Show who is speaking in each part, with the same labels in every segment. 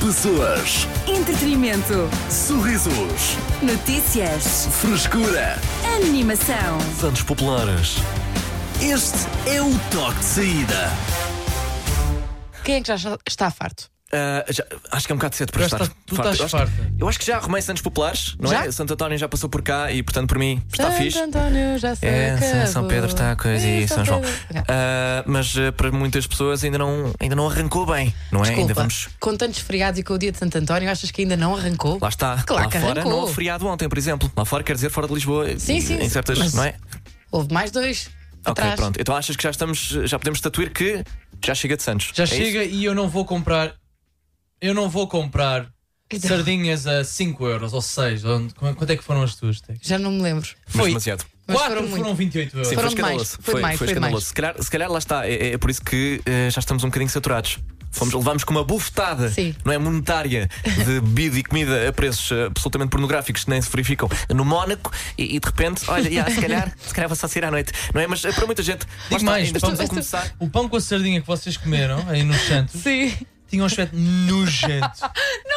Speaker 1: Pessoas,
Speaker 2: Entretenimento.
Speaker 1: sorrisos,
Speaker 2: Notícias.
Speaker 1: frescura.
Speaker 2: Animação.
Speaker 3: Santos Populares.
Speaker 1: Este é o toque de saída.
Speaker 4: Quem é que já está farto?
Speaker 3: Ah, já- acho que é um bocado cedo para
Speaker 5: Já
Speaker 3: estar.
Speaker 5: está- tu
Speaker 3: farto.
Speaker 5: estás
Speaker 3: eu, acho,
Speaker 5: farta.
Speaker 3: eu acho que já arrumei Santos Populares, não é?
Speaker 4: Já?
Speaker 3: Santo António já passou por cá e, portanto, por mim está
Speaker 4: Santo
Speaker 3: fixe.
Speaker 4: António já se
Speaker 3: É, São-
Speaker 4: acabou.
Speaker 3: São Pedro está a coisa
Speaker 4: É,
Speaker 3: e São João.
Speaker 4: Pedro.
Speaker 3: Ah, mas ah, para muitas pessoas ainda não, ainda não arrancou bem, não é? Ainda
Speaker 4: Desculpa,
Speaker 3: vamos.
Speaker 4: com tantos feriados e com o dia de Santo António, achas que ainda não arrancou?
Speaker 3: Lá está.
Speaker 4: Claro
Speaker 3: lá
Speaker 4: que
Speaker 3: fora
Speaker 4: arrancou.
Speaker 3: não houve feriado ontem, por exemplo. Lá fora quer dizer fora de Lisboa.
Speaker 4: Sim, sim,
Speaker 3: Em certas,
Speaker 4: mas-
Speaker 3: não é?
Speaker 4: Houve mais dois.
Speaker 3: Ok,
Speaker 4: atrás.
Speaker 3: pronto. Então achas que já estamos, já podemos estatuir que já chega de Santos.
Speaker 5: Já
Speaker 3: É isso?
Speaker 5: chega e eu não vou comprar. Eu não vou comprar
Speaker 4: Então.
Speaker 5: sardinhas a 5 euros ou 6. Quanto é que foram as tuas? Tex?
Speaker 4: Já não me lembro.
Speaker 3: Mas
Speaker 5: Foi
Speaker 3: demasiado.
Speaker 5: 4
Speaker 4: foram
Speaker 5: foram,
Speaker 4: muito.
Speaker 5: 28 euros.
Speaker 3: Sim,
Speaker 4: Foram
Speaker 3: foi escandaloso.
Speaker 4: demais, foi demais, foi demais.
Speaker 3: Se calhar, se calhar lá está, é, é- é por isso que eh, já estamos um bocadinho saturados. Fomos, levamos com uma bufetada,
Speaker 4: Sim.
Speaker 3: não é? Monetária de bebida e comida a preços eh, absolutamente pornográficos que nem se verificam no Mónaco e, e de repente, olha, já, se calhar, se calhar vou só sair à noite, não é? Mas eh, para muita gente, lá
Speaker 5: Digo
Speaker 3: está,
Speaker 5: mais,
Speaker 3: ainda
Speaker 5: vamos-
Speaker 3: estamos a começar.
Speaker 5: O pão com a sardinha que vocês comeram aí nos Santos
Speaker 4: Sim.
Speaker 5: tinha um aspecto nojento.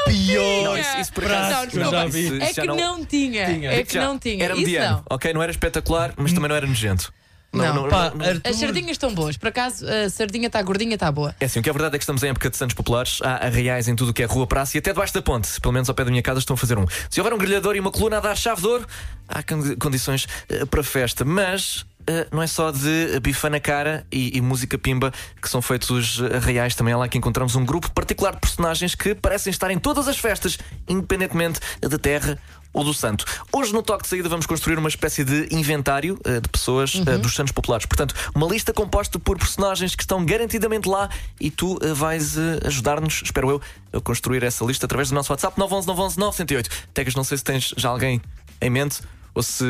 Speaker 5: Pior.
Speaker 3: Não, isso, isso por acaso,
Speaker 5: Não, desculpa.
Speaker 3: já
Speaker 5: Já vi.
Speaker 3: vi.
Speaker 4: É que não, tinha.
Speaker 5: Tinha.
Speaker 4: É
Speaker 5: É
Speaker 4: que, não tinha.
Speaker 3: Era
Speaker 4: Isso
Speaker 3: mediano,
Speaker 4: não. Hum.
Speaker 3: ok? Não era espetacular, mas também não era nojento.
Speaker 4: Não,
Speaker 5: Pá,
Speaker 3: não-
Speaker 5: Arthur,
Speaker 4: As sardinhas estão boas. Por acaso, a sardinha está gordinha, está boa.
Speaker 3: É assim, o que é verdade é que estamos em época de Santos Populares, há arraiais em tudo o que é rua, praça e até debaixo da ponte. Pelo menos ao pé da minha casa estão a fazer um. Se houver um grelhador e uma coluna a dar chave de ouro, há con- condições eh, para festa. Mas eh, não é só de bifa na cara e, e música pimba que são feitos os arraiais. Também é lá que encontramos um grupo particular de personagens que parecem estar em todas as festas, independentemente da terra ou do santo. Hoje no toque de saída vamos construir uma espécie de inventário eh, de pessoas
Speaker 4: Uhum.
Speaker 3: eh, dos santos populares. Portanto, uma lista composta por personagens que estão garantidamente lá e tu eh, vais eh, ajudar-nos, espero eu, a construir essa lista através do nosso WhatsApp 911 911 908. Tegas, não sei se tens já alguém em mente ou se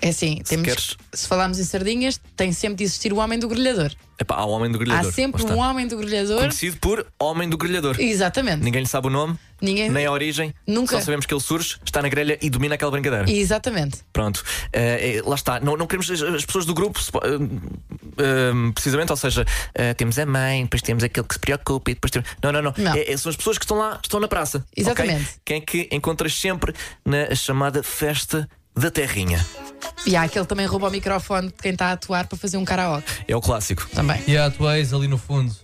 Speaker 4: É assim, temos.
Speaker 3: queres.
Speaker 4: Se falarmos em sardinhas, tem sempre de existir o homem do grelhador.
Speaker 3: Epá, há um homem do grelhador.
Speaker 4: Há sempre
Speaker 3: Lá está.
Speaker 4: um homem do grelhador.
Speaker 3: Conhecido por Homem do Grelhador.
Speaker 4: Exatamente.
Speaker 3: Ninguém lhe sabe o nome,
Speaker 4: Ninguém-
Speaker 3: nem a origem.
Speaker 4: Nunca.
Speaker 3: Só sabemos que ele surge, está na grelha e domina aquela brincadeira.
Speaker 4: Exatamente.
Speaker 3: Pronto, Eh, eh, lá está. Não, não queremos as, as pessoas do grupo, se po- eh, eh, precisamente, ou seja, eh, temos a mãe, depois temos aquele que se preocupa e depois temos. Não, não, não.
Speaker 4: Não.
Speaker 3: Eh, eh, são as pessoas que estão lá, estão na praça. ok?
Speaker 4: Exatamente.
Speaker 3: Quem é que encontras sempre na chamada festa da terrinha?
Speaker 4: E há aquele que também rouba o microfone de quem está a atuar para fazer um karaoke
Speaker 3: É o clássico.
Speaker 4: também.
Speaker 5: E há a tua ex ali no fundo.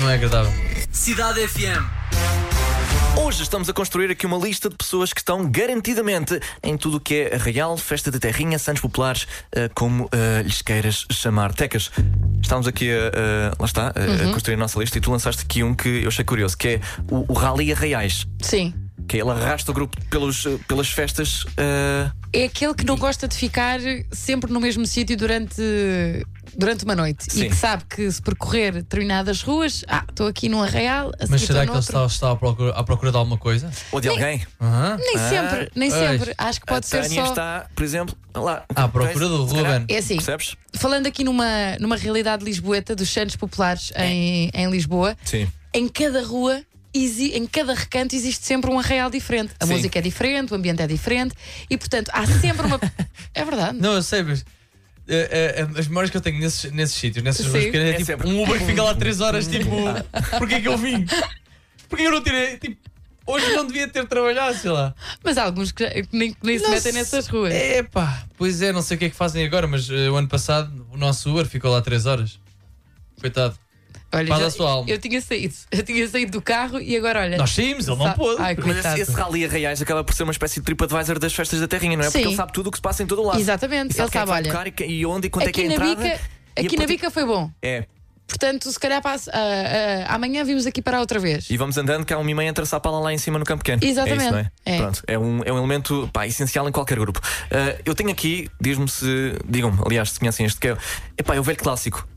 Speaker 5: não é agradável.
Speaker 1: Cidade FM.
Speaker 3: Hoje estamos a construir aqui uma lista de pessoas que estão garantidamente em tudo o que é real, festa da terrinha, santos populares, eh, como eh, lhes queiras chamar. Tecas, estamos aqui a, eh, lá está, a-
Speaker 4: Uhum.
Speaker 3: a construir a nossa lista e tu lançaste aqui um que eu achei curioso, que é o, o Rally Arraiais,
Speaker 4: Sim.
Speaker 3: que é ele arrasta o grupo pelos, eh, pelas festas. eh,
Speaker 4: É aquele que não gosta de ficar sempre no mesmo sítio durante, durante uma noite
Speaker 3: Sim.
Speaker 4: e que sabe que se percorrer determinadas ruas, ah, estou aqui num arraial, a
Speaker 5: Mas
Speaker 4: seguir
Speaker 5: será que
Speaker 4: estou
Speaker 5: ele
Speaker 4: noutro.
Speaker 5: está, está à, procura, à procura de alguma coisa?
Speaker 3: ou de alguém.
Speaker 5: Aham.
Speaker 4: Nem sempre, nem
Speaker 5: Ah, pois.
Speaker 4: sempre. Acho que pode
Speaker 3: a
Speaker 4: ser
Speaker 3: Tânia
Speaker 4: só.
Speaker 3: está, por exemplo, lá.
Speaker 5: À procura do
Speaker 3: Se calhar-
Speaker 5: Ruben.
Speaker 4: É assim,
Speaker 3: Percebes?
Speaker 4: falando aqui numa, numa realidade lisboeta dos Santos Populares
Speaker 5: É.
Speaker 4: em, em Lisboa,
Speaker 3: Sim.
Speaker 4: em cada rua, exi- em cada recanto, existe sempre um arraial diferente. A
Speaker 3: Sim.
Speaker 4: música é diferente, o ambiente é diferente e, portanto, há sempre uma. é verdade.
Speaker 5: Não, eu sei, mas. eh, eh, as memórias que eu tenho nesses, nesses sítios, nessas
Speaker 4: Sim.
Speaker 5: ruas pequenas, é,
Speaker 3: É
Speaker 5: tipo
Speaker 3: sempre-
Speaker 5: um Uber que fica lá 3 horas, tipo, porquê que eu vim? Porquê que eu não tirei? Tipo, hoje não devia ter trabalhado, sei lá.
Speaker 4: Mas há alguns que, já- que nem, que nem se
Speaker 5: Não
Speaker 4: metem
Speaker 5: se-
Speaker 4: nessas ruas.
Speaker 5: Epá, pois é, não sei o que é que fazem agora, mas eh, o ano passado o nosso Uber ficou lá 3 horas. Coitado.
Speaker 4: Olha,
Speaker 5: Faz a sua alma.
Speaker 4: Eu tinha saído. Eu tinha saído do carro e agora, olha.
Speaker 5: Nós saímos, ele não
Speaker 4: É. Sa-
Speaker 5: pôde.
Speaker 4: Ai,
Speaker 3: Mas esse,
Speaker 4: coitado.
Speaker 3: esse Rally Arraiais acaba por ser uma espécie de TripAdvisor das festas da terrinha, não é?
Speaker 4: Sim.
Speaker 3: Porque ele sabe tudo o que se passa em todo o lado.
Speaker 4: Exatamente,
Speaker 3: E sabe
Speaker 4: ele
Speaker 3: quem é que
Speaker 4: sabe,
Speaker 3: vai
Speaker 4: olha.
Speaker 3: tocar e que- E onde e quanto é que é
Speaker 4: Aqui
Speaker 3: a
Speaker 4: na
Speaker 3: entrada.
Speaker 4: bica.
Speaker 3: e a
Speaker 4: Aqui na
Speaker 3: partir-
Speaker 4: bica foi bom.
Speaker 3: É.
Speaker 4: Portanto, se calhar passa, ah, ah, amanhã vimos aqui parar outra vez.
Speaker 3: E vamos andando, que há um mimã entre a pala lá em cima no campo pequeno. É
Speaker 4: Exatamente.
Speaker 3: isso, não é?
Speaker 4: É.
Speaker 3: Pronto, é um, é um elemento pá, essencial em qualquer grupo. Ah, eu tenho aqui, diz-me se. Digam-me, aliás, se conhecem este, que é. Epá, é o velho clássico.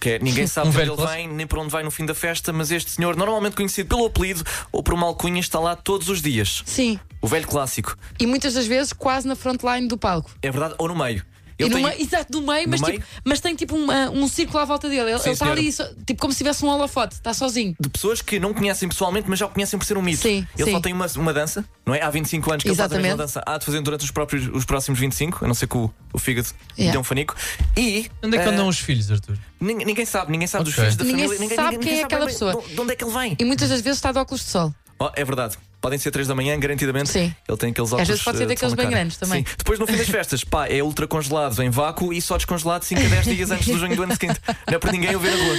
Speaker 3: Que é, ninguém sabe
Speaker 5: Um
Speaker 3: de onde
Speaker 5: velho
Speaker 3: ele
Speaker 5: clássico?
Speaker 3: vem, nem para onde vai no fim da festa, mas este senhor, normalmente conhecido pelo apelido ou por uma alcunha, está lá todos os dias.
Speaker 4: Sim.
Speaker 3: O velho clássico.
Speaker 4: E muitas das vezes quase na frontline do palco.
Speaker 3: É verdade, ou no meio. Ele
Speaker 4: E no
Speaker 3: tem-
Speaker 4: meio- exato, no meio,
Speaker 3: No
Speaker 4: mas,
Speaker 3: meio?
Speaker 4: Tipo, mas tem tipo uma- um círculo à volta dele. Ele
Speaker 3: Sim,
Speaker 4: ele está
Speaker 3: senhora.
Speaker 4: ali, só- tipo como se tivesse um holofote, está sozinho.
Speaker 3: de pessoas que não conhecem pessoalmente, mas já o conhecem por ser um mito.
Speaker 4: Sim,
Speaker 3: ele
Speaker 4: sim.
Speaker 3: só tem uma, uma dança, não é? Há 25 anos que ele faz a
Speaker 4: Exatamente.
Speaker 3: mesma dança. Há de fazer durante os, próprios, os próximos 25, a não ser que o, o fígado
Speaker 4: Yeah.
Speaker 3: dê um fanico. E.
Speaker 5: Onde é que
Speaker 3: eh,
Speaker 5: andam os filhos, Arthur?
Speaker 3: nin- Ninguém sabe, ninguém sabe dos
Speaker 5: Ok.
Speaker 3: filhos da
Speaker 4: Ninguém
Speaker 3: família.
Speaker 4: sabe quem é aquela
Speaker 3: bem
Speaker 4: pessoa.
Speaker 3: De de onde é que ele vem?
Speaker 4: E muitas das vezes está de óculos de sol.
Speaker 3: Oh, é verdade. Podem ser 3 da manhã, garantidamente.
Speaker 4: Sim.
Speaker 3: Ele tem aqueles óculos.
Speaker 4: vezes pode ser
Speaker 3: eh, de
Speaker 4: daqueles
Speaker 3: sol na
Speaker 4: bem
Speaker 3: cara.
Speaker 4: grandes também.
Speaker 3: Sim. Depois, no fim das festas, pá, é ultra congelado em vácuo e só descongelado 5 a 10 dias antes do junho do ano seguinte. Não é para ninguém o ver na rua.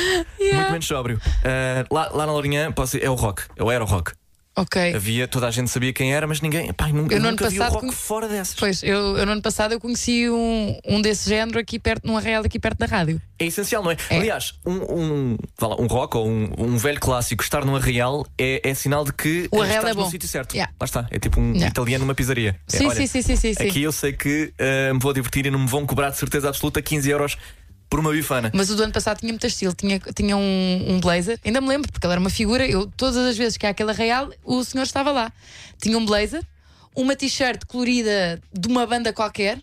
Speaker 3: Muito menos sóbrio. Eh, lá, lá na Lourinhã, posso dizer, é o rock. Eu era o rock.
Speaker 4: Ok.
Speaker 3: Havia, toda a gente sabia quem era, mas ninguém. Pá, eu nunca,
Speaker 4: É Eu no ano
Speaker 3: nunca vi o
Speaker 4: passado
Speaker 3: rock
Speaker 4: conhe-
Speaker 3: fora dessas.
Speaker 4: Pois, eu, eu no ano passado eu conheci um, um desse género aqui perto, num arraial aqui perto da rádio.
Speaker 3: É essencial, não é?
Speaker 4: É.
Speaker 3: Aliás, um, um, vá lá, um rock ou um, um velho clássico estar num arraial é, é sinal de que
Speaker 4: O arraial
Speaker 3: estás
Speaker 4: é bom.
Speaker 3: no sítio certo.
Speaker 4: Yeah.
Speaker 3: Lá está. É tipo um
Speaker 4: Yeah.
Speaker 3: italiano numa pizzaria. É,
Speaker 4: Sim,
Speaker 3: olha,
Speaker 4: sim, sim, sim, sim, sim.
Speaker 3: Aqui eu sei que ah, me vou divertir e não me vão cobrar de certeza absoluta 15 euros por uma bifana.
Speaker 4: Mas o do ano passado tinha muito estilo, tinha, tinha um, um blazer, ainda me lembro, porque ele era uma figura. Eu, todas as vezes que há aquele real, o senhor estava lá. Tinha um blazer, uma t-shirt colorida de uma banda qualquer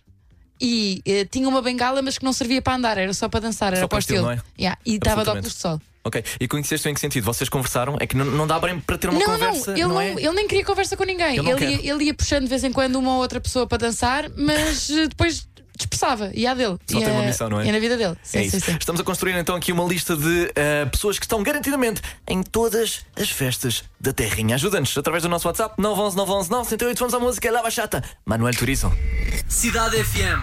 Speaker 4: e eh, tinha uma bengala, mas que não servia para andar, era só para dançar, era
Speaker 3: Só para o estilo, não é?
Speaker 4: Yeah, e estava de
Speaker 3: Absolutamente.
Speaker 4: óculos de sol.
Speaker 3: Ok. E conheceste em que sentido? Vocês conversaram? É que não, não dá bem para ter uma
Speaker 4: não,
Speaker 3: conversa.
Speaker 4: não, ele,
Speaker 3: é?
Speaker 4: não- ele nem queria conversa com ninguém.
Speaker 3: Ele não
Speaker 4: Ele ia, ele ia puxando de vez em quando uma ou outra pessoa para dançar, mas eh, depois dispersava. E a dele.
Speaker 3: Só
Speaker 4: e
Speaker 3: tem
Speaker 4: a-
Speaker 3: uma missão, não é?
Speaker 4: E na vida dele. Sim,
Speaker 3: É
Speaker 4: sim,
Speaker 3: isso.
Speaker 4: sim.
Speaker 3: Estamos a construir então aqui uma lista de ah, pessoas que estão garantidamente em todas as festas da Terrinha. Ajuda-nos através do nosso WhatsApp 911 911 908. Vamos à música Lava Chata, Manuel Turizo.
Speaker 1: Cidade FM.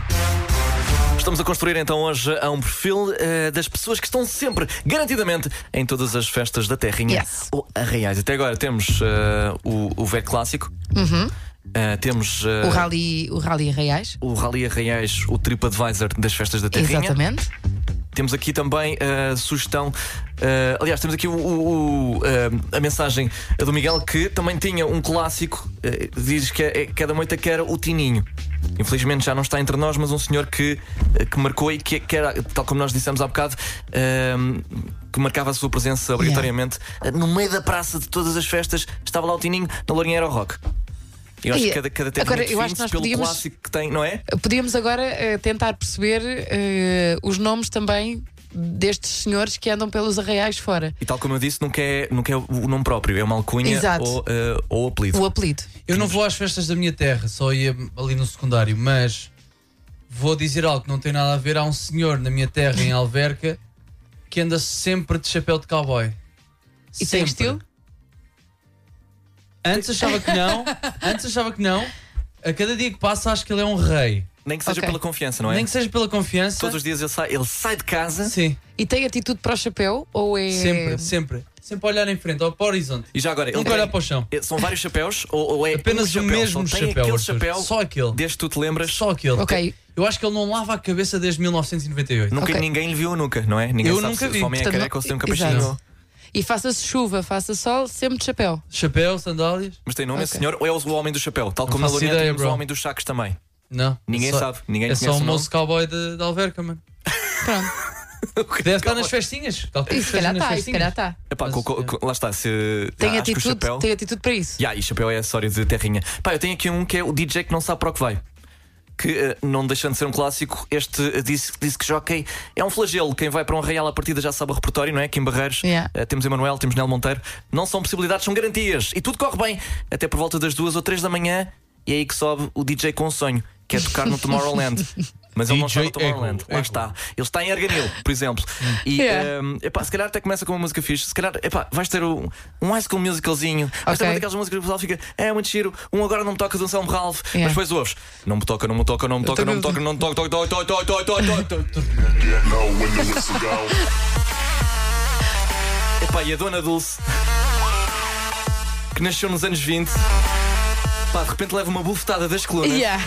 Speaker 3: Estamos a construir então hoje a um perfil ah, das pessoas que estão sempre garantidamente em todas as festas da Terrinha
Speaker 4: Yes.
Speaker 3: ou arraiais. Até agora temos ah, o, o velho clássico, Ah, temos ah,
Speaker 4: Uhum. O rally, o rally reais.
Speaker 3: o Rally Arraiais, o TripAdvisor das festas da Terrinha.
Speaker 4: Exatamente.
Speaker 3: Temos aqui também a sugestão. eh, aliás, temos aqui o- o- o, eh, a mensagem do Miguel que também tinha um clássico. eh, diz que é, é cada moita que era o Tininho. Infelizmente já não está entre nós, mas um senhor que, eh, que marcou e que, que era, tal como nós dissemos há bocado, eh, que marcava a sua presença obrigatoriamente Eh, no meio da praça de todas as festas. Estava lá o Tininho na Lourinha era o Rock. Eu acho
Speaker 4: E,
Speaker 3: que cada, cada
Speaker 4: agora,
Speaker 3: técnica
Speaker 4: eu acho que nós
Speaker 3: pelo
Speaker 4: podíamos-
Speaker 3: clássico que tem, não é?
Speaker 4: Podíamos agora eh, tentar perceber eh, os nomes também destes senhores que andam pelos arraiais fora.
Speaker 3: E tal como eu disse, nunca é, nunca é o nome próprio, é uma alcunha
Speaker 4: Exato.
Speaker 3: ou, eh, ou apelido.
Speaker 4: O apelido.
Speaker 5: Eu não vou às festas da minha terra, só ia ali no secundário, mas vou dizer algo que não tem nada a ver. Há um senhor na minha terra, em Alverca, que anda sempre de chapéu de cowboy.
Speaker 4: E tem
Speaker 5: Sempre.
Speaker 4: estilo?
Speaker 5: Antes achava que não, antes achava que não. A cada dia que passa, acho que ele é um rei.
Speaker 3: Nem que seja
Speaker 4: Ok.
Speaker 3: pela confiança, não é?
Speaker 5: Nem que seja pela confiança.
Speaker 3: Todos os dias ele sai, ele sai de casa
Speaker 5: Sim,
Speaker 4: E tem atitude para o chapéu? Ou é.
Speaker 5: sempre, sempre. Sempre a olhar em frente, ao para o horizonte.
Speaker 3: e já agora ele
Speaker 5: Nunca
Speaker 3: tem-
Speaker 5: olhar para o chão.
Speaker 3: eh, São vários chapéus ou, ou é um
Speaker 5: Apenas o
Speaker 3: chapéu?
Speaker 5: mesmo
Speaker 3: Só tem
Speaker 5: chapéu,
Speaker 3: aquele
Speaker 5: Arthur.
Speaker 3: chapéu
Speaker 5: Só aquele.
Speaker 3: desde que tu te lembras.
Speaker 5: Só aquele.
Speaker 4: Ok.
Speaker 5: Eu acho que ele não lava a cabeça desde 1998.
Speaker 3: Nunca,
Speaker 4: Ok.
Speaker 3: Ninguém lhe viu nunca, não é? Ninguém
Speaker 5: Eu
Speaker 3: sabe
Speaker 5: nunca
Speaker 3: se-
Speaker 5: vi.
Speaker 3: se o homem é
Speaker 4: Portanto,
Speaker 3: careca ou se tem um
Speaker 4: não-
Speaker 3: capuchinho.
Speaker 4: Exato. E faça-se chuva, faça sol, sempre de chapéu.
Speaker 5: Chapéu, sandálias?
Speaker 3: Mas tem nome esse
Speaker 4: Ok.
Speaker 3: senhor ou é o homem do chapéu? Tal como na
Speaker 5: faço
Speaker 3: Lourinhã
Speaker 5: ideia,
Speaker 3: temos o
Speaker 5: bro.
Speaker 3: homem dos sacos também.
Speaker 5: Não.
Speaker 3: Ninguém
Speaker 5: É só-
Speaker 3: sabe, ninguém
Speaker 5: É
Speaker 3: conhece
Speaker 5: só
Speaker 3: o
Speaker 5: o
Speaker 3: nome.
Speaker 5: moço cowboy de, de Alverca, mano.
Speaker 4: Pronto.
Speaker 5: Deve estar nas festinhas. Talvez
Speaker 4: E se calhar
Speaker 5: esteja nas
Speaker 4: está, e se calhar tá. está.
Speaker 3: Epá,
Speaker 5: Mas,
Speaker 3: co- co-
Speaker 5: é.
Speaker 3: co- lá está, se ah,
Speaker 4: Tem,
Speaker 3: Tá, acho que o
Speaker 4: atitude,
Speaker 3: chapéu.
Speaker 4: tem atitude para isso.
Speaker 3: Ya, e chapéu é acessório de terrinha. Pá, eu tenho aqui um que é o DJ que não sabe para o que vai. Que, eh, não deixando de ser um clássico, este eh, disse, disse que jockey é um flagelo. Quem vai para um real à partida já sabe o repertório, não é? Aqui em Barreiros
Speaker 4: Yeah.
Speaker 3: eh, temos Emanuel, temos Nel Monteiro. Não são possibilidades, são garantias. E tudo corre bem, até por volta das duas ou três da manhã. E é aí que sobe o DJ com um sonho, que é tocar no Tomorrowland. Mas ele não está
Speaker 5: DJ
Speaker 3: no Tomorrowland,
Speaker 5: Ego,
Speaker 3: lá
Speaker 5: Ego.
Speaker 3: está. Ele está em Arganil, por exemplo. E
Speaker 4: Yeah.
Speaker 3: ehm, epá, se calhar até começa com uma música fixe. Se calhar epá, vais ter um, um high school musicalzinho, vais ter
Speaker 4: Ok.
Speaker 3: uma daquelas músicas que o pessoal fica, é muito giro, um agora não me toca de um Selmo Ralph,
Speaker 4: Yeah.
Speaker 3: mas depois ouves, não me toca, não me toca, não me toca, não me toca, não me toca, toca, toca, toca, toca, toca, toca, toca, toca.
Speaker 6: You know when the whistle goes.
Speaker 3: Epá, e a Dona Dulce, que nasceu nos anos 20, pá, de repente leva uma bufetada das colunas.
Speaker 4: Yeah.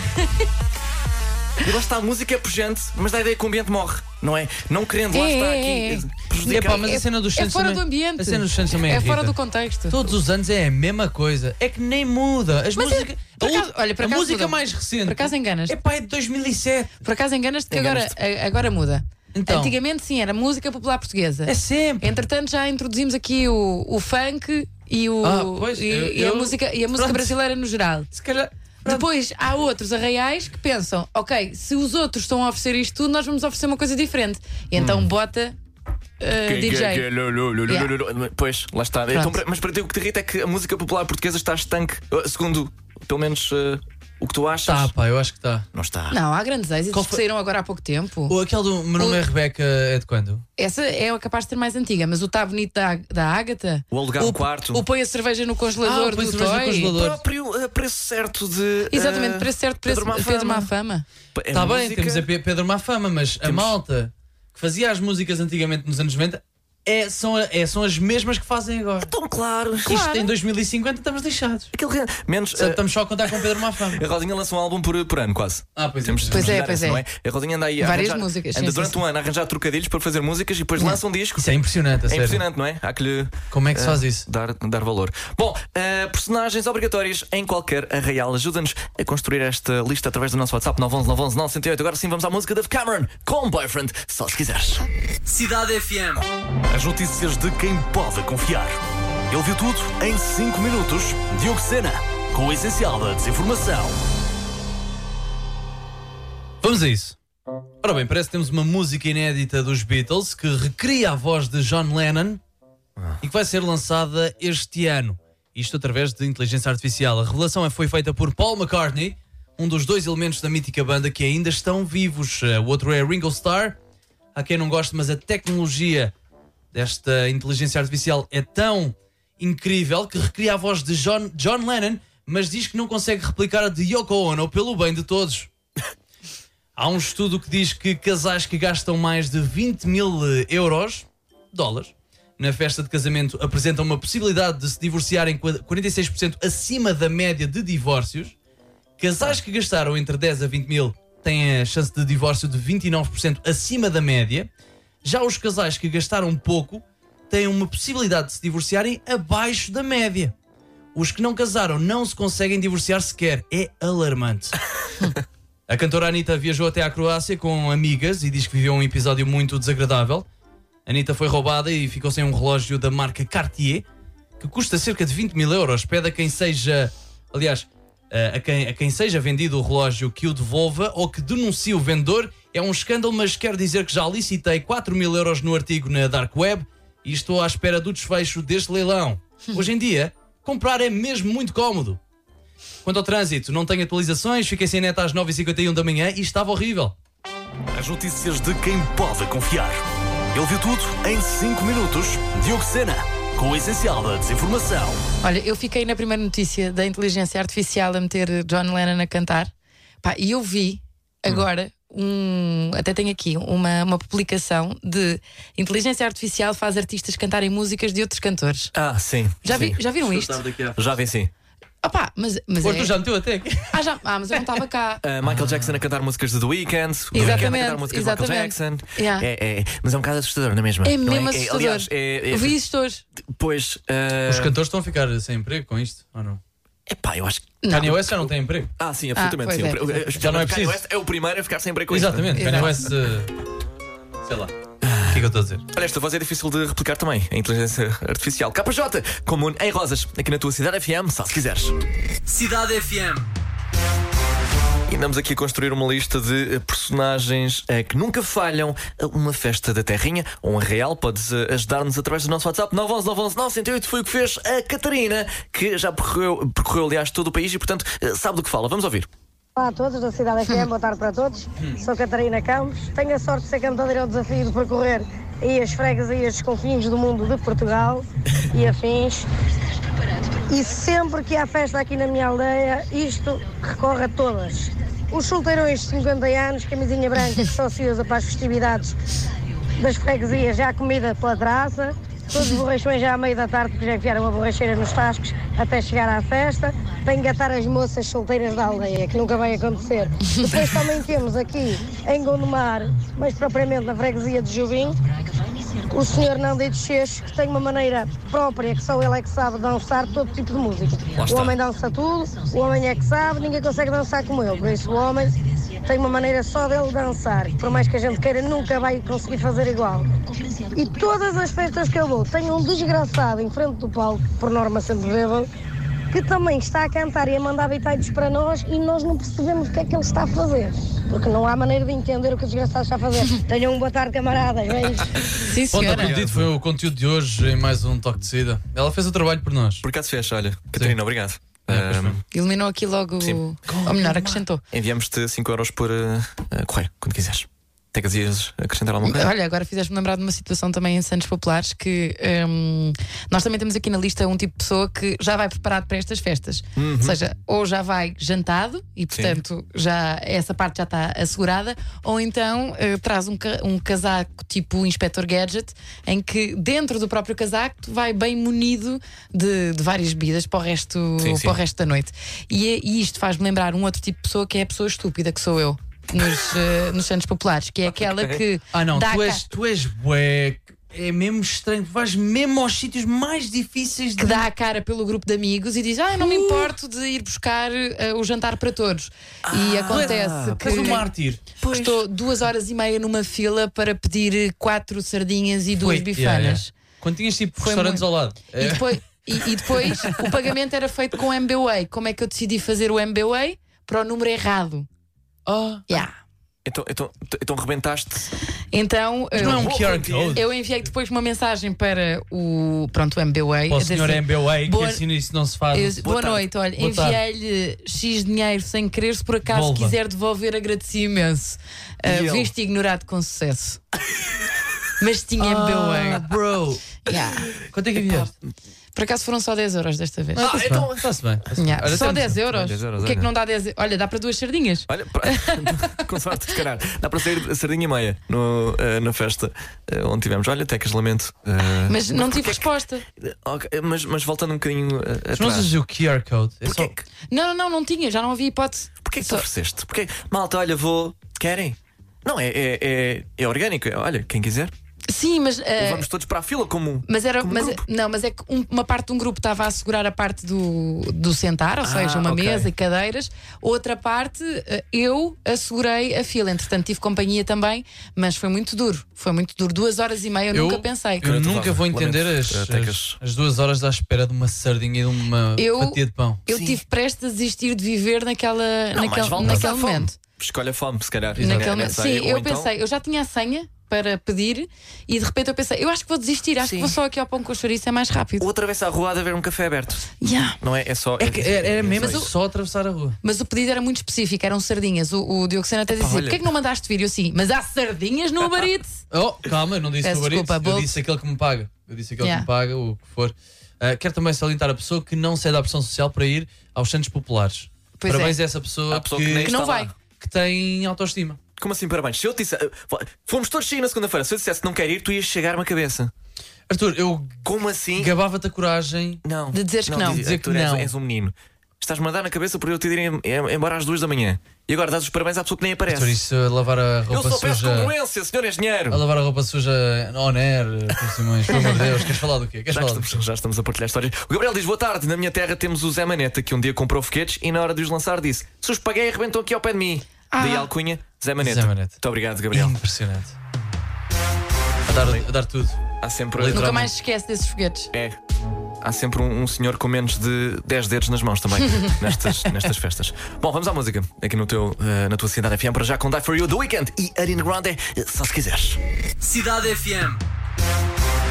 Speaker 3: E lá está, a música é pujante, mas dá a ideia que o ambiente morre, não é? Não querendo, lá
Speaker 4: É,
Speaker 3: está
Speaker 4: é, é.
Speaker 3: aqui. eh,
Speaker 5: É
Speaker 3: prejudicado.
Speaker 5: pá, mas a cena dos
Speaker 4: É
Speaker 5: Santos
Speaker 4: fora
Speaker 5: também-
Speaker 4: do ambiente.
Speaker 5: A cena dos Santos também
Speaker 4: É fora do
Speaker 5: irrita.
Speaker 4: contexto.
Speaker 5: Todos os anos é a mesma coisa. É que nem muda. As
Speaker 4: Mas é-
Speaker 5: músicas.
Speaker 4: por
Speaker 5: a
Speaker 4: acaso-
Speaker 5: ult-
Speaker 4: olha, por
Speaker 5: a
Speaker 4: acaso
Speaker 5: música
Speaker 4: mudam.
Speaker 5: mais recente.
Speaker 4: Por acaso enganas-te.
Speaker 5: É pá, é de 2007.
Speaker 4: Por acaso enganas-te que agora, a- agora muda.
Speaker 5: Então.
Speaker 4: Antigamente sim, era música popular portuguesa.
Speaker 5: É sempre.
Speaker 4: Entretanto, já introduzimos aqui o, o funk e, o,
Speaker 5: Ah, pois,
Speaker 4: e,
Speaker 5: eu-
Speaker 4: e a
Speaker 5: eu-
Speaker 4: música, e a música
Speaker 5: Pronto.
Speaker 4: brasileira no geral.
Speaker 5: Se calhar.
Speaker 4: Depois há outros arraiais que pensam: ok, se os outros estão a oferecer isto tudo, nós vamos oferecer uma coisa diferente. E então
Speaker 5: Hum.
Speaker 4: bota uh,
Speaker 3: Que- que-
Speaker 4: DJ.
Speaker 3: que- lu- lu- lu- lu- lu- lu- lu- Pois, lá está. Então, pra- mas para ti o que te irrita é que a música popular portuguesa está estanque, uh, segundo pelo menos uh, o que tu achas.
Speaker 5: Tá, pá, eu acho que está.
Speaker 3: Não está.
Speaker 4: Não, há grandes êxitos
Speaker 5: Qual
Speaker 4: que
Speaker 5: foi-
Speaker 4: saíram agora há pouco tempo.
Speaker 5: Ou aquele do meu nome é Rebeca é de quando?
Speaker 4: Essa é a capaz de ser mais antiga, mas o Tá Bonito da, da Ágata.
Speaker 3: O alugar um quarto.
Speaker 4: O Põe a Cerveja no Congelador
Speaker 5: Ah, o Põe
Speaker 4: do
Speaker 5: a Cerveja no
Speaker 4: Toy.
Speaker 5: Congelador.
Speaker 3: próprio uh, preço certo de.
Speaker 4: Exatamente,
Speaker 3: uh,
Speaker 4: preço certo, preço
Speaker 3: Pedro Má
Speaker 4: Pedro Tá
Speaker 3: Fama.
Speaker 4: Má Fama.
Speaker 3: é
Speaker 5: Está Tá bem,
Speaker 3: música-
Speaker 5: temos a Pe- Pedro Mafama, mas a malta que fazia as músicas antigamente nos anos 90 é, são, a- é, são as mesmas que fazem agora.
Speaker 3: Então, claro.
Speaker 5: Isto em 2050 estamos lixados.
Speaker 3: Aquele- Menos.
Speaker 5: Só
Speaker 3: uh,
Speaker 5: Estamos só a contar com Pedro Mafama.
Speaker 3: A Rodinha lança um álbum por, por ano, quase.
Speaker 5: Ah, pois é.
Speaker 3: Temos-
Speaker 5: Pois
Speaker 3: temos
Speaker 4: é,
Speaker 3: de dar
Speaker 4: pois
Speaker 3: essa,
Speaker 4: é.
Speaker 3: não A Rodinha anda aí a
Speaker 4: Várias
Speaker 3: arranjar-
Speaker 4: músicas,
Speaker 3: Anda
Speaker 4: sim,
Speaker 3: durante
Speaker 4: sim,
Speaker 3: um ano a arranjar trocadilhos para fazer músicas e depois lança um disco.
Speaker 5: Isso é impressionante, a
Speaker 3: É
Speaker 5: sério.
Speaker 3: impressionante, não é? Há que lhe
Speaker 5: Como é que se
Speaker 3: eh,
Speaker 5: faz isso?
Speaker 3: Dar, dar valor. Bom, eh, personagens obrigatórias em qualquer arraial. Ajuda-nos a construir esta lista através do nosso WhatsApp 911 911 Agora sim vamos à música de Cameron com Boyfriend, só se quiseres.
Speaker 1: Cidade FM. As notícias de quem pode confiar. Ele viu tudo em 5 minutos. Diogo Sena, com o essencial da desinformação.
Speaker 5: Vamos a isso. Ora bem, parece que temos uma música inédita dos Beatles que recria a voz de John Lennon e que vai ser lançada este ano. Isto através de inteligência artificial. A revelação é- foi feita por Paul McCartney, um dos dois elementos da mítica banda que ainda estão vivos. Eh, O outro é Ringo Starr. Há quem não goste, mas a tecnologia desta inteligência artificial é tão incrível que recria a voz de John, John Lennon, mas diz que não consegue replicar a de Yoko Ono pelo bem de todos. Há um estudo que diz que casais que gastam mais de 20 mil euros, dólares, na festa de casamento apresentam uma possibilidade de se divorciarem 46% acima da média de divórcios. Casais que gastaram entre 10 a 20 mil têm a chance de divórcio de 29% acima da média. Já os casais que gastaram pouco têm uma possibilidade de se divorciarem abaixo da média. Os que não casaram não se conseguem divorciar sequer. É alarmante. A cantora Anitta viajou até à Croácia com amigas e diz que viveu um episódio muito desagradável. Anitta foi roubada e ficou sem um relógio da marca Cartier, que custa cerca de 20 mil euros. Pede a quem seja. Aliás, eh, a a quem, a quem seja vendido o relógio que o devolva ou que denuncie o vendedor. É um escândalo, mas quero dizer que já licitei 4 mil euros no artigo na Dark Web e estou à espera do desfecho deste leilão. Hoje em dia, comprar é mesmo muito cómodo. Quanto ao trânsito, não tenho atualizações, fiquei sem neta às 9h51 da manhã e estava horrível.
Speaker 1: As notícias de quem pode confiar. Ele viu tudo em 5 minutos. Diogo Sena, com o essencial da desinformação.
Speaker 4: Olha, eu fiquei na primeira notícia da inteligência artificial a meter John Lennon a cantar. Pá, e eu vi agora um. Até tenho aqui uma, uma publicação de inteligência artificial faz artistas cantarem músicas de outros cantores.
Speaker 3: Ah, sim.
Speaker 4: Já, vi-
Speaker 3: sim.
Speaker 4: já viram isto?
Speaker 3: Já vi sim.
Speaker 4: Opá, mas, mas
Speaker 5: O
Speaker 4: é-
Speaker 5: Arthur já meteu até aqui.
Speaker 4: Ah, já- ah, mas eu não estava cá.
Speaker 3: Uh, Michael Jackson a cantar músicas de The Weeknd, o The Weeknd a
Speaker 4: Exatamente,
Speaker 3: cantar músicas de Michael
Speaker 4: exatamente.
Speaker 3: Jackson.
Speaker 4: Yeah.
Speaker 3: É, é, é. mas é um bocado assustador, não é mesmo?
Speaker 4: É
Speaker 3: Não
Speaker 4: mesmo assustador.
Speaker 3: Aliás, é, é-
Speaker 4: Eu vi isto hoje.
Speaker 3: pois. Uh,
Speaker 5: Os cantores estão a ficar sem emprego com isto, ou não?
Speaker 3: Epá, eu acho que.
Speaker 5: Kanye West já não tem emprego.
Speaker 3: Ah, sim, absolutamente.
Speaker 4: pois
Speaker 3: sim.
Speaker 4: é,
Speaker 3: Eu- eu- eu-
Speaker 5: Já não é
Speaker 3: Kanye
Speaker 5: preciso.
Speaker 3: West é o primeiro a ficar sem emprego com isto.
Speaker 5: Exatamente, Kanye
Speaker 4: Exato.
Speaker 5: West. eh, Sei lá. O que é que eu estou a dizer?
Speaker 3: Olha, esta voz é difícil de replicar também. A inteligência artificial. KJ, comum em rosas, aqui na tua cidade FM, só se quiseres.
Speaker 1: Cidade FM.
Speaker 3: E andamos aqui a construir uma lista de eh, personagens eh, que nunca falham a uma festa da terrinha ou um real. Podes eh, ajudar-nos através do nosso WhatsApp 911-911-908. Foi o que fez a Catarina, que já percorreu, percorreu aliás, todo o país e, portanto, eh, sabe do que fala. Vamos ouvir.
Speaker 7: Olá a todos da Cidade FM, boa tarde para todos. Sou Catarina Campos. Tenho a sorte de ser cantadeira ao desafio de percorrer e as freguesias confins do mundo de Portugal e afins. E sempre que há festa aqui na minha aldeia, isto recorre a todas. Os solteirões de 50 anos, camisinha branca, que só se usa para as festividades das freguesias, já há comida pela traça, todos os borrachões já à meia da tarde, porque já enfiaram a borracheira nos tascos até chegar à festa, para engatar as moças solteiras da aldeia, que nunca vai acontecer. Depois também temos aqui em Gondomar, mas propriamente na freguesia de Jovim, o senhor Nandito Checho, que tem uma maneira própria, que só ele é que sabe dançar todo tipo de música.
Speaker 3: Lá
Speaker 7: O
Speaker 3: está.
Speaker 7: homem dança tudo, o homem é que sabe, ninguém consegue dançar como ele. Por isso, o homem tem uma maneira só dele dançar, que por mais que a gente queira, nunca vai conseguir fazer igual. E todas as festas que eu vou, tenho um desgraçado em frente do palco, por norma sempre bêbado, que também está a cantar e a mandar bitites para nós e nós não percebemos o que é que ele está a fazer. Porque não há maneira de entender o que o desgraçado está a fazer. Tenham um boa tarde, camaradas. Beijos.
Speaker 4: Sim,
Speaker 5: Ponto
Speaker 4: senhora.
Speaker 5: aprendido foi o conteúdo de hoje em mais um Toque de Saída. Ela fez o trabalho por nós.
Speaker 1: Por acaso fecha, olha. Catarina, obrigado.
Speaker 3: Ah,
Speaker 5: pois
Speaker 1: Ahm,
Speaker 4: Eliminou aqui logo.
Speaker 1: Sim.
Speaker 4: Ou melhor, acrescentou.
Speaker 1: Enviamos-te 5 euros por eh, eh, correio, quando quiseres. Até que dias acrescentar alguma coisa?
Speaker 4: Olha, agora fizeste-me lembrar de uma situação também em Santos Populares que hum, nós também temos aqui na lista um tipo de pessoa que já vai preparado para estas festas.
Speaker 1: Uhum.
Speaker 4: Ou seja, ou já vai jantado e, portanto, já essa parte já está assegurada, ou então eh, traz um, ca- um casaco tipo Inspector Gadget, em que dentro do próprio casaco tu vai bem munido de, de várias bebidas para o resto,
Speaker 1: Sim, sim.
Speaker 4: Para o resto da noite. E, é- e isto faz-me lembrar um outro tipo de pessoa que é a pessoa estúpida, que sou eu. Nos, eh, nos Santos Populares, que é aquela que
Speaker 5: Ah, não,
Speaker 4: dá
Speaker 5: tu
Speaker 4: cá-
Speaker 5: és, tu és bué. É mesmo estranho. Tu vais mesmo aos sítios mais difíceis
Speaker 4: que
Speaker 5: de.
Speaker 4: dá a cara pelo grupo de amigos e diz: Ah, eu não me
Speaker 5: Uh!
Speaker 4: importo de ir buscar eh, o jantar para todos.
Speaker 5: Ah,
Speaker 4: e acontece
Speaker 5: Tu és um
Speaker 4: que.
Speaker 5: mártir.
Speaker 4: Estou duas horas e meia numa fila para pedir eh, quatro sardinhas e duas
Speaker 5: Foi- Yeah, yeah.
Speaker 4: bifanas.
Speaker 5: Quando tinhas tipo
Speaker 4: Foi
Speaker 5: restaurantes ao
Speaker 4: muito.
Speaker 5: lado. é.
Speaker 4: E depois, e, e depois o pagamento era feito com MBWay. Como é que eu decidi fazer o MBWay? Para o número errado.
Speaker 5: Ah,
Speaker 4: Yeah.
Speaker 1: Então, então, então rebentaste.
Speaker 4: Então, eh,
Speaker 5: não é um
Speaker 1: vou
Speaker 5: QR
Speaker 1: contigo.
Speaker 5: Code.
Speaker 4: eu enviei depois uma mensagem para o, pronto, o MBWay.
Speaker 5: Para o
Speaker 4: a dizer
Speaker 5: senhor
Speaker 4: assim,
Speaker 5: MBWay, que
Speaker 4: boa-
Speaker 5: assim isso não se faz.
Speaker 4: Eu- boa noite, olha,
Speaker 5: Boa tarde.
Speaker 4: enviei-lhe X dinheiro sem querer, se por acaso
Speaker 5: Devolva.
Speaker 4: quiser devolver, agradeci imenso. Ah,
Speaker 1: ele?
Speaker 4: Viste ignorado com sucesso. Mas tinha MBWay.
Speaker 5: bro.
Speaker 4: Yeah.
Speaker 5: Ah. Quanto é que enviaste?
Speaker 4: Então, Por acaso foram só 10 euros desta vez.
Speaker 5: Ah, então. Está-se bem. está-se bem.
Speaker 4: Yeah.
Speaker 5: Olha,
Speaker 4: Só
Speaker 5: temos-
Speaker 4: 10 euros.
Speaker 1: 10 euros,
Speaker 4: O que é que
Speaker 1: olha.
Speaker 4: não dá 10 Olha, dá para duas sardinhas.
Speaker 1: Olha, pra- com sorte, se calhar. Dá para sair sardinha e meia no, eh, na festa eh, onde tivemos. Olha, Tecas, lamento. Eh,
Speaker 4: Mas não tive resposta.
Speaker 1: ok, mas, mas voltando um bocadinho eh,
Speaker 5: Mas não
Speaker 1: atrás.
Speaker 5: usas o QR Code. É
Speaker 1: Porquê
Speaker 5: só.
Speaker 1: que,
Speaker 4: Não, não, não, não tinha, já não havia hipótese.
Speaker 1: porquê que te
Speaker 4: Só-
Speaker 1: ofereceste? Porquê? Malta, olha, vou. Querem? Não, é, é, é, é orgânico. é, Olha, quem quiser.
Speaker 4: Sim, mas. ah,
Speaker 1: Vamos todos para a fila comum.
Speaker 4: Mas era,
Speaker 1: Como um
Speaker 4: mas,
Speaker 1: grupo.
Speaker 4: não, mas é que um- uma parte de um grupo estava a assegurar a parte do, do sentar, ou seja, uma
Speaker 1: Ah, ok.
Speaker 4: mesa e cadeiras, outra parte eh, eu assegurei a fila. Entretanto, tive companhia também, mas foi muito duro. Foi muito duro. Duas horas e meia eu, nunca pensei.
Speaker 5: Eu
Speaker 1: Lamento,
Speaker 5: nunca vou
Speaker 1: Lamento,
Speaker 5: entender as,
Speaker 1: eh, Tecas.
Speaker 5: as, as duas horas à espera de uma sardinha e de uma
Speaker 4: Eu-
Speaker 5: fatia de pão.
Speaker 4: Eu tive prestes a desistir de viver naquela,
Speaker 1: Não,
Speaker 4: naquele,
Speaker 1: mais vale
Speaker 4: naquele
Speaker 1: passar fome.
Speaker 4: momento.
Speaker 1: Escolha fome, se calhar.
Speaker 4: Naquele
Speaker 1: Né-
Speaker 4: momento.
Speaker 1: nessa
Speaker 4: Sim,
Speaker 1: área. Ou
Speaker 4: eu
Speaker 1: então-
Speaker 4: pensei, eu já tinha a senha para pedir e de repente eu pensei, eu acho que vou desistir, acho que vou só aqui ao pão com chouriço, é mais rápido.
Speaker 1: Ou atravessa a rua a ver um café aberto.
Speaker 4: Yeah.
Speaker 1: Não é? É só.
Speaker 5: É que era, era mesmo
Speaker 1: só isso.
Speaker 5: só atravessar a rua.
Speaker 4: Mas o pedido era muito específico, eram sardinhas. O, o Diocesano até dizia:
Speaker 1: olha.
Speaker 4: porquê é que não mandaste vir? Eu assim, mas há sardinhas no Uber Eats?"
Speaker 5: Oh, calma, eu não disse
Speaker 4: Peço
Speaker 5: o barito,
Speaker 4: desculpa,
Speaker 5: eu
Speaker 4: Bolt.
Speaker 5: disse aquele que me paga. Eu disse aquele
Speaker 4: Yeah.
Speaker 5: que me paga, o que for. Ah, quero também salientar a pessoa que não cede à opção social para ir aos Santos Populares.
Speaker 4: Pois
Speaker 5: Parabéns
Speaker 4: é.
Speaker 5: a essa pessoa,
Speaker 1: Há pessoa que nem
Speaker 4: Que não
Speaker 1: está
Speaker 4: vai.
Speaker 1: lá.
Speaker 5: que tem autoestima.
Speaker 1: Como assim, parabéns? Se eu te disse. eh, Fomos todos sair na segunda-feira. Se eu dissesse não quero ir, tu ias chegar-me a cabeça.
Speaker 5: Arthur, eu
Speaker 1: Como assim?
Speaker 5: gabava-te a coragem.
Speaker 1: Não.
Speaker 4: De dizeres que não.
Speaker 1: diz-
Speaker 5: Dizer
Speaker 1: Arthur,
Speaker 5: que
Speaker 1: és-
Speaker 5: não.
Speaker 1: És, um menino. Estás-me a dar na cabeça por eu te ir em- em- embora às duas da manhã. E agora dás os parabéns à pessoa que nem aparece.
Speaker 5: Arthur, isso a lavar a
Speaker 1: eu
Speaker 5: roupa
Speaker 1: só peço
Speaker 5: suja.
Speaker 1: congruência, senhor engenheiro.
Speaker 5: A lavar a roupa suja on air, Arthur Simões, pelo amor de Deus, queres falar do quê? Queres
Speaker 1: Já
Speaker 5: falar do
Speaker 1: estamos,
Speaker 5: quê?
Speaker 1: já estamos a partilhar histórias. O Gabriel diz: Boa tarde, na minha terra temos o Zé Maneta que um dia comprou foguetes e na hora de os lançar disse: Se os paguei, arrebentam aqui ao pé de mim. Daí a alcunha, Zé Maneta.
Speaker 5: Zé Maneta.
Speaker 1: Muito obrigado, Gabriel.
Speaker 5: Impressionante. A dar, a dar tudo.
Speaker 1: Há sempre.
Speaker 5: Literalmente.
Speaker 4: Nunca mais se esquece desses foguetes.
Speaker 1: É. Há sempre um, um senhor com menos de 10 dedos nas mãos também nestas, nestas festas. Bom, vamos à música aqui no teu, eh, na tua cidade FM para já com Die For You The Weekend e Arina Grande, eh, só se quiseres.
Speaker 3: Cidade FM.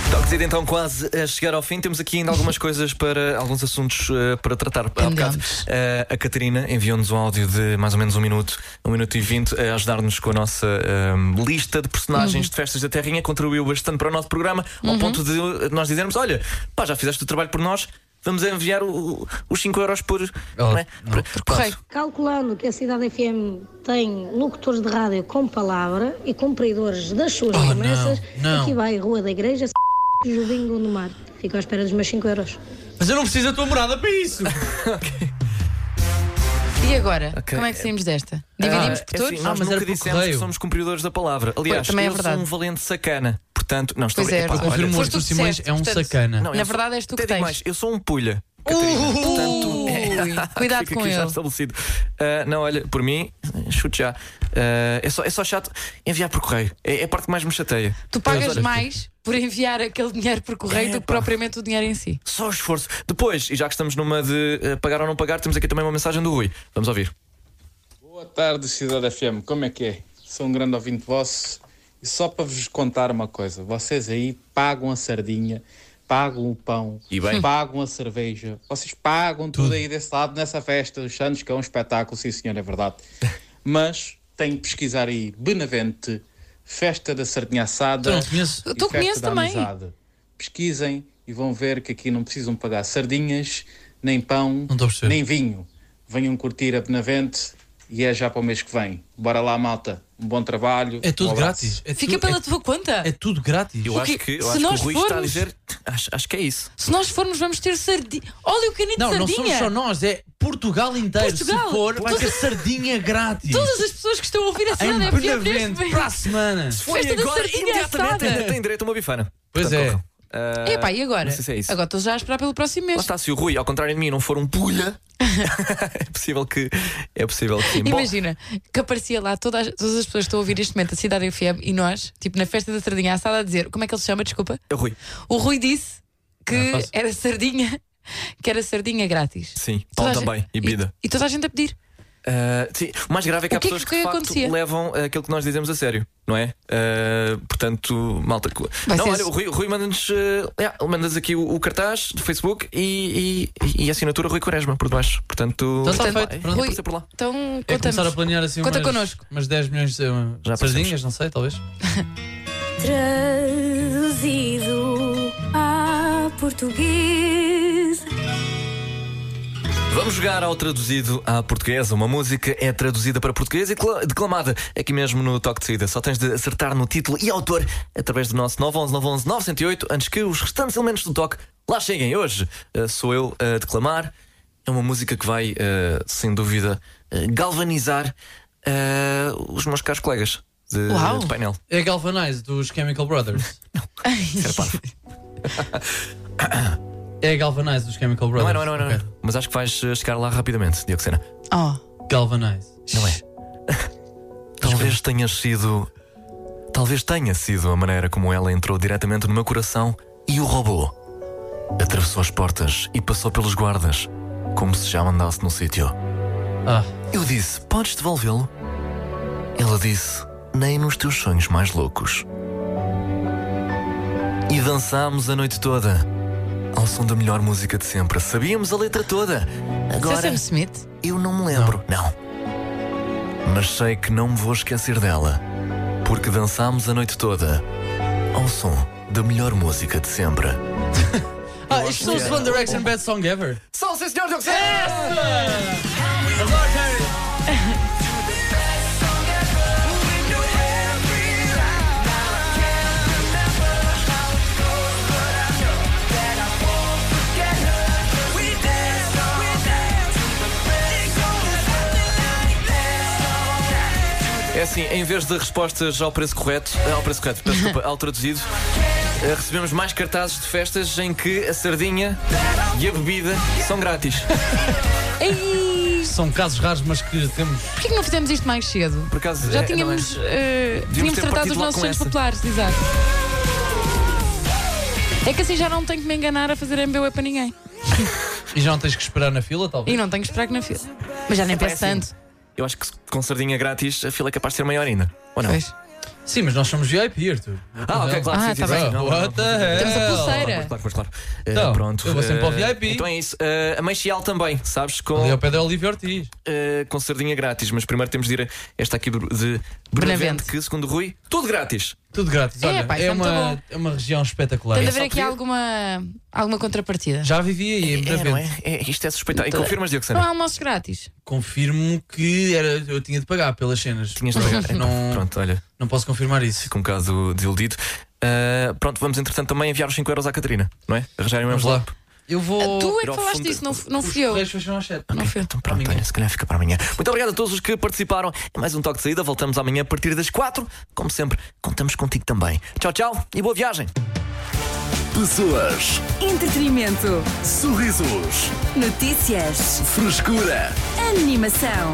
Speaker 1: Toques aí, então quase a chegar ao fim. Temos aqui ainda algumas coisas para alguns assuntos eh, para tratar. Há bocado,
Speaker 4: Pendentes.
Speaker 1: eh, a Catarina enviou-nos um áudio de mais ou menos um minuto, um minuto e vinte, a ajudar-nos com a nossa eh, lista de personagens
Speaker 4: Uhum.
Speaker 1: de festas da Terrinha. Contribuiu bastante para o nosso programa, ao ponto de eh, nós dizermos: Olha, pá, já fizeste o trabalho por nós. Vamos enviar o- o- os 5 euros
Speaker 5: Oh,
Speaker 1: por. não é? por, por
Speaker 4: Correio.
Speaker 7: Calculando que a Cidade FM tem locutores de rádio com palavra e cumpridores das suas
Speaker 5: Oh,
Speaker 7: promessas,
Speaker 5: não, não.
Speaker 7: aqui vai Rua da Igreja, S***, Judim Gondomar. Fico à espera dos meus 5 euros.
Speaker 5: Mas eu não preciso da tua morada para isso!
Speaker 4: E agora?
Speaker 1: Ok.
Speaker 4: Como é que saímos desta? Dividimos por
Speaker 1: É assim,
Speaker 4: todos?
Speaker 5: Ah,
Speaker 1: nós
Speaker 5: mas era
Speaker 1: nunca
Speaker 5: por
Speaker 1: dissemos
Speaker 5: correio.
Speaker 1: que somos cumpridores da palavra. Aliás,
Speaker 4: também é
Speaker 1: eu sou
Speaker 4: verdade.
Speaker 1: um valente sacana. Portanto, não estou
Speaker 4: Pois é,
Speaker 1: epá,
Speaker 4: eu
Speaker 1: olha,
Speaker 5: Confirmo
Speaker 4: Foste
Speaker 5: hoje,
Speaker 4: tu
Speaker 5: o
Speaker 4: que
Speaker 5: Simões
Speaker 4: disseste,
Speaker 5: é um
Speaker 4: portanto.
Speaker 5: sacana.
Speaker 1: Não, eu
Speaker 4: Na
Speaker 1: sou-
Speaker 4: verdade, és tu
Speaker 1: até
Speaker 4: que
Speaker 1: digo
Speaker 4: tens.
Speaker 1: mais, eu sou um pulha. Catarina. Portanto, é-
Speaker 4: Rui. Cuidado
Speaker 1: Fica
Speaker 4: com
Speaker 1: aqui já
Speaker 4: ele.
Speaker 1: estabelecido. Ah, não, olha, por mim, chute já. Ah, é, só, é só chato enviar por correio. É, é a parte que mais me chateia.
Speaker 4: Tu
Speaker 1: Mas,
Speaker 4: pagas
Speaker 1: olha,
Speaker 4: mais por enviar aquele dinheiro por correio do
Speaker 1: Epá.
Speaker 4: que propriamente o dinheiro em si.
Speaker 1: Só o esforço. Depois, e já que estamos numa de ah, pagar ou não pagar, temos aqui também uma mensagem do Rui. Vamos ouvir.
Speaker 8: Boa tarde, Cidade FM. Como é que é? Sou um grande ouvinte vosso. E só para vos contar uma coisa: vocês aí pagam a sardinha, pagam o pão,
Speaker 1: E bem.
Speaker 8: pagam a cerveja, vocês pagam tudo. aí desse lado nessa festa dos Santos, que é um espetáculo, sim senhor, é verdade. Mas tem que pesquisar aí Benavente, Festa da Sardinha Assada.
Speaker 5: Eu não conheço.
Speaker 4: Tu
Speaker 8: e Festa
Speaker 4: conheces
Speaker 8: da
Speaker 4: também.
Speaker 8: Amizade. Pesquisem e vão ver que aqui não precisam pagar sardinhas, nem pão,
Speaker 5: Não estou a perceber.
Speaker 8: nem vinho. Venham curtir a Benavente e é já para o mês que vem. Bora lá, malta. Um bom trabalho.
Speaker 5: É tudo
Speaker 8: um abraço.
Speaker 5: grátis. É
Speaker 4: Fica
Speaker 5: tudo-
Speaker 4: pela
Speaker 5: é-
Speaker 4: tua conta.
Speaker 5: É tudo grátis.
Speaker 1: Eu
Speaker 4: O
Speaker 1: acho
Speaker 4: quê? Se
Speaker 1: que, eu acho que o
Speaker 4: nós
Speaker 1: Rui está a
Speaker 4: formos-
Speaker 1: dizer. Acho, acho que é isso.
Speaker 4: Se nós formos, vamos ter sardinha. Olha o canito
Speaker 5: Não,
Speaker 4: de
Speaker 5: não somos
Speaker 4: sardinha.
Speaker 5: só nós, é Portugal inteiro.
Speaker 4: Portugal.
Speaker 5: Se for, vai
Speaker 4: Todas-
Speaker 5: ter sardinha é grátis.
Speaker 4: Todas as pessoas que estão a ouvir a
Speaker 5: Em
Speaker 4: cidade é pior
Speaker 5: Benavente, para a semana.
Speaker 1: Foi
Speaker 4: Festa da sardinha
Speaker 1: imediatamente,
Speaker 4: assada.
Speaker 1: ainda tem direito a uma bifana.
Speaker 5: Pois
Speaker 1: Portanto,
Speaker 5: é.
Speaker 1: corram. Ah,
Speaker 4: É. Epá, e agora?
Speaker 1: Não sei se é isso.
Speaker 4: Agora estou já a esperar pelo próximo
Speaker 1: Lá
Speaker 4: mês.
Speaker 1: está, se o Rui, ao contrário de mim, não for um pulha, é possível que. É possível que sim. Bom,
Speaker 4: Imagina que aparecia lá todas, as- todas as pessoas que estão a ouvir este momento da Cidade FM e nós, tipo na festa da sardinha assada, a dizer como é que ele se chama, desculpa.
Speaker 1: é o Rui.
Speaker 4: O Rui disse que
Speaker 5: Ah, faço.
Speaker 4: era sardinha, que era sardinha grátis.
Speaker 1: é Sim,
Speaker 4: Toda
Speaker 1: pão
Speaker 4: a gente-
Speaker 1: também e bebida.
Speaker 4: E, e toda a gente a pedir.
Speaker 1: Ah, sim, o mais grave é que
Speaker 4: O
Speaker 1: há
Speaker 4: que é
Speaker 1: pessoas
Speaker 4: que
Speaker 1: que, de facto
Speaker 4: acontecia?
Speaker 1: levam ah, aquilo que nós dizemos a sério, não é? Ah, portanto, malta. cu-
Speaker 4: Vai
Speaker 1: não,
Speaker 4: ser
Speaker 1: olha,
Speaker 4: isso.
Speaker 1: o Rui, o Rui manda-nos ah, é, ele manda-nos aqui o, o cartaz do Facebook e, e, e a assinatura Rui Quaresma por debaixo. Portanto,
Speaker 5: Então está
Speaker 1: portanto,
Speaker 5: feito,
Speaker 1: é,
Speaker 5: pronto.
Speaker 1: é
Speaker 4: Rui-
Speaker 1: passar por lá.
Speaker 4: Então,
Speaker 5: É
Speaker 4: contamos.
Speaker 5: começar a planear assim
Speaker 4: Conta
Speaker 5: umas,
Speaker 4: connosco.
Speaker 5: umas 10 milhões de eh,
Speaker 1: Já
Speaker 5: sardinhas, não sei, talvez.
Speaker 7: Traduzido a português.
Speaker 1: Vamos jogar ao traduzido à portuguesa. Uma música é traduzida para português e cla- declamada aqui mesmo no Toque de Saída. Só tens de acertar no título e autor através do nosso 911 911 908 antes que os restantes elementos do toque lá cheguem. Hoje eh, sou eu a declamar. É uma música que vai, eh, sem dúvida, eh, galvanizar eh, os meus caros colegas de,
Speaker 4: Uau.
Speaker 1: de painel.
Speaker 5: É Galvanize dos Chemical Brothers.
Speaker 1: Era parvo.
Speaker 5: É Galvanize dos Chemical
Speaker 1: Não é,
Speaker 5: Brothers.
Speaker 1: não é, não é, não é.
Speaker 5: Ok.
Speaker 1: Mas acho que vais eh, chegar lá rapidamente, Diocena.
Speaker 4: Oh,
Speaker 5: Galvanize.
Speaker 1: Não é? Talvez tenha sido. Talvez tenha sido a maneira como ela entrou diretamente no meu coração e o robô. Atravessou as portas e passou pelos guardas, como se já mandasse no sítio.
Speaker 5: Ah,
Speaker 1: Eu disse: Podes devolvê-lo? Ela disse: Nem nos teus sonhos mais loucos. E dançámos a noite toda, ao som da melhor música de sempre. Sabíamos a letra toda.
Speaker 4: isso é
Speaker 1: Agora.
Speaker 4: Sam Smith.
Speaker 1: Eu não me lembro. Não. Mas sei que não me vou esquecer dela, porque dançámos a noite toda ao som da melhor música de sempre.
Speaker 5: ah isto são
Speaker 1: é.
Speaker 5: os One Direction Bad Song Ever.
Speaker 1: São sim, senhor Essa! É assim, em vez de respostas ao preço correto, eh, ao preço correto, peço desculpa, ao traduzido, eh, recebemos mais cartazes de festas em que a sardinha e a bebida são grátis.
Speaker 4: Ei,
Speaker 5: São casos raros, mas que temos.
Speaker 4: porquê que não fizemos isto mais cedo?
Speaker 1: Por acaso, é,
Speaker 4: Já
Speaker 1: não é?
Speaker 4: tínhamos, eh,
Speaker 1: Devíamos
Speaker 4: tínhamos
Speaker 1: ter
Speaker 4: tratado
Speaker 1: partido
Speaker 4: os
Speaker 1: logo
Speaker 4: nossos
Speaker 1: com
Speaker 4: sonhos
Speaker 1: essa.
Speaker 4: populares, exato. É que assim já não tenho que me enganar a fazer MBA é para ninguém.
Speaker 5: E já não tens que esperar na fila,
Speaker 4: E
Speaker 5: talvez.
Speaker 4: não tenho que esperar que na fila. Mas já nem
Speaker 1: Epá, é
Speaker 4: peço tanto.
Speaker 1: Eu acho que se- com sardinha grátis a fila é capaz de ser maior ainda. Ou não?
Speaker 4: Pois.
Speaker 5: Sim, mas nós somos VIP, Arthur.
Speaker 1: Ah, ok, claro.
Speaker 4: Ah,
Speaker 1: sim, sim,
Speaker 4: tá
Speaker 1: sim.
Speaker 4: bem.
Speaker 1: Não, não, não.
Speaker 5: What the hell?
Speaker 4: Temos a
Speaker 1: Pois,
Speaker 4: pulseira.
Speaker 1: Claro, pois, claro. Eh,
Speaker 5: Então,
Speaker 1: pronto.
Speaker 5: eu vou sempre
Speaker 1: eh,
Speaker 5: ao VIP.
Speaker 1: Então é isso. Eh, a Meixi Al também, sabes? Com,
Speaker 5: Ali ao pé da Olivia Ortiz.
Speaker 1: eh, com sardinha grátis, mas primeiro temos de ir a esta aqui de de Benavente,
Speaker 4: Benavente.
Speaker 1: que segundo o Rui, tudo grátis.
Speaker 5: Tudo grátis.
Speaker 4: É,
Speaker 5: Olha,
Speaker 4: pá, isso é muito
Speaker 5: uma,
Speaker 4: bom.
Speaker 5: é uma região espetacular.
Speaker 4: Tem de
Speaker 5: É
Speaker 4: haver
Speaker 5: só
Speaker 4: aqui
Speaker 5: pedir.
Speaker 4: alguma, alguma contrapartida.
Speaker 5: Já vivi aí em
Speaker 1: É, não é?
Speaker 5: Benavente.
Speaker 1: É, isto é suspeitar. E confirmas,
Speaker 4: Não há
Speaker 1: Diocesana?
Speaker 4: almoços grátis.
Speaker 5: Confirmo que era, eu tinha de pagar pelas cenas.
Speaker 1: Tinhas de pagar.
Speaker 5: Não,
Speaker 1: Pronto, olha,
Speaker 5: não posso confirmar isso.
Speaker 1: fico um bocado desiludido. Eh, pronto, vamos entretanto também enviar os 5 euros à Catarina, não é? Arranjarem um
Speaker 5: Vamos lá.
Speaker 1: envelope.
Speaker 5: Eu vou.
Speaker 4: tu é
Speaker 1: ir
Speaker 4: que
Speaker 1: ao
Speaker 4: falaste
Speaker 1: fundo-
Speaker 4: disso, não, f- não
Speaker 5: Os
Speaker 4: fui eu.
Speaker 5: correios fecham às sete.
Speaker 4: Não fui eu.
Speaker 1: Então pronto,
Speaker 5: Amanhã.
Speaker 1: olha, se calhar fica para amanhã. Muito obrigado a todos os que participaram. É mais um toque de saída. Voltamos amanhã a partir das 4. Como sempre, contamos contigo também. Tchau, tchau e boa viagem.
Speaker 3: Pessoas,
Speaker 2: Entretenimento.
Speaker 3: sorrisos,
Speaker 2: Notícias.
Speaker 3: frescura.
Speaker 2: Animação.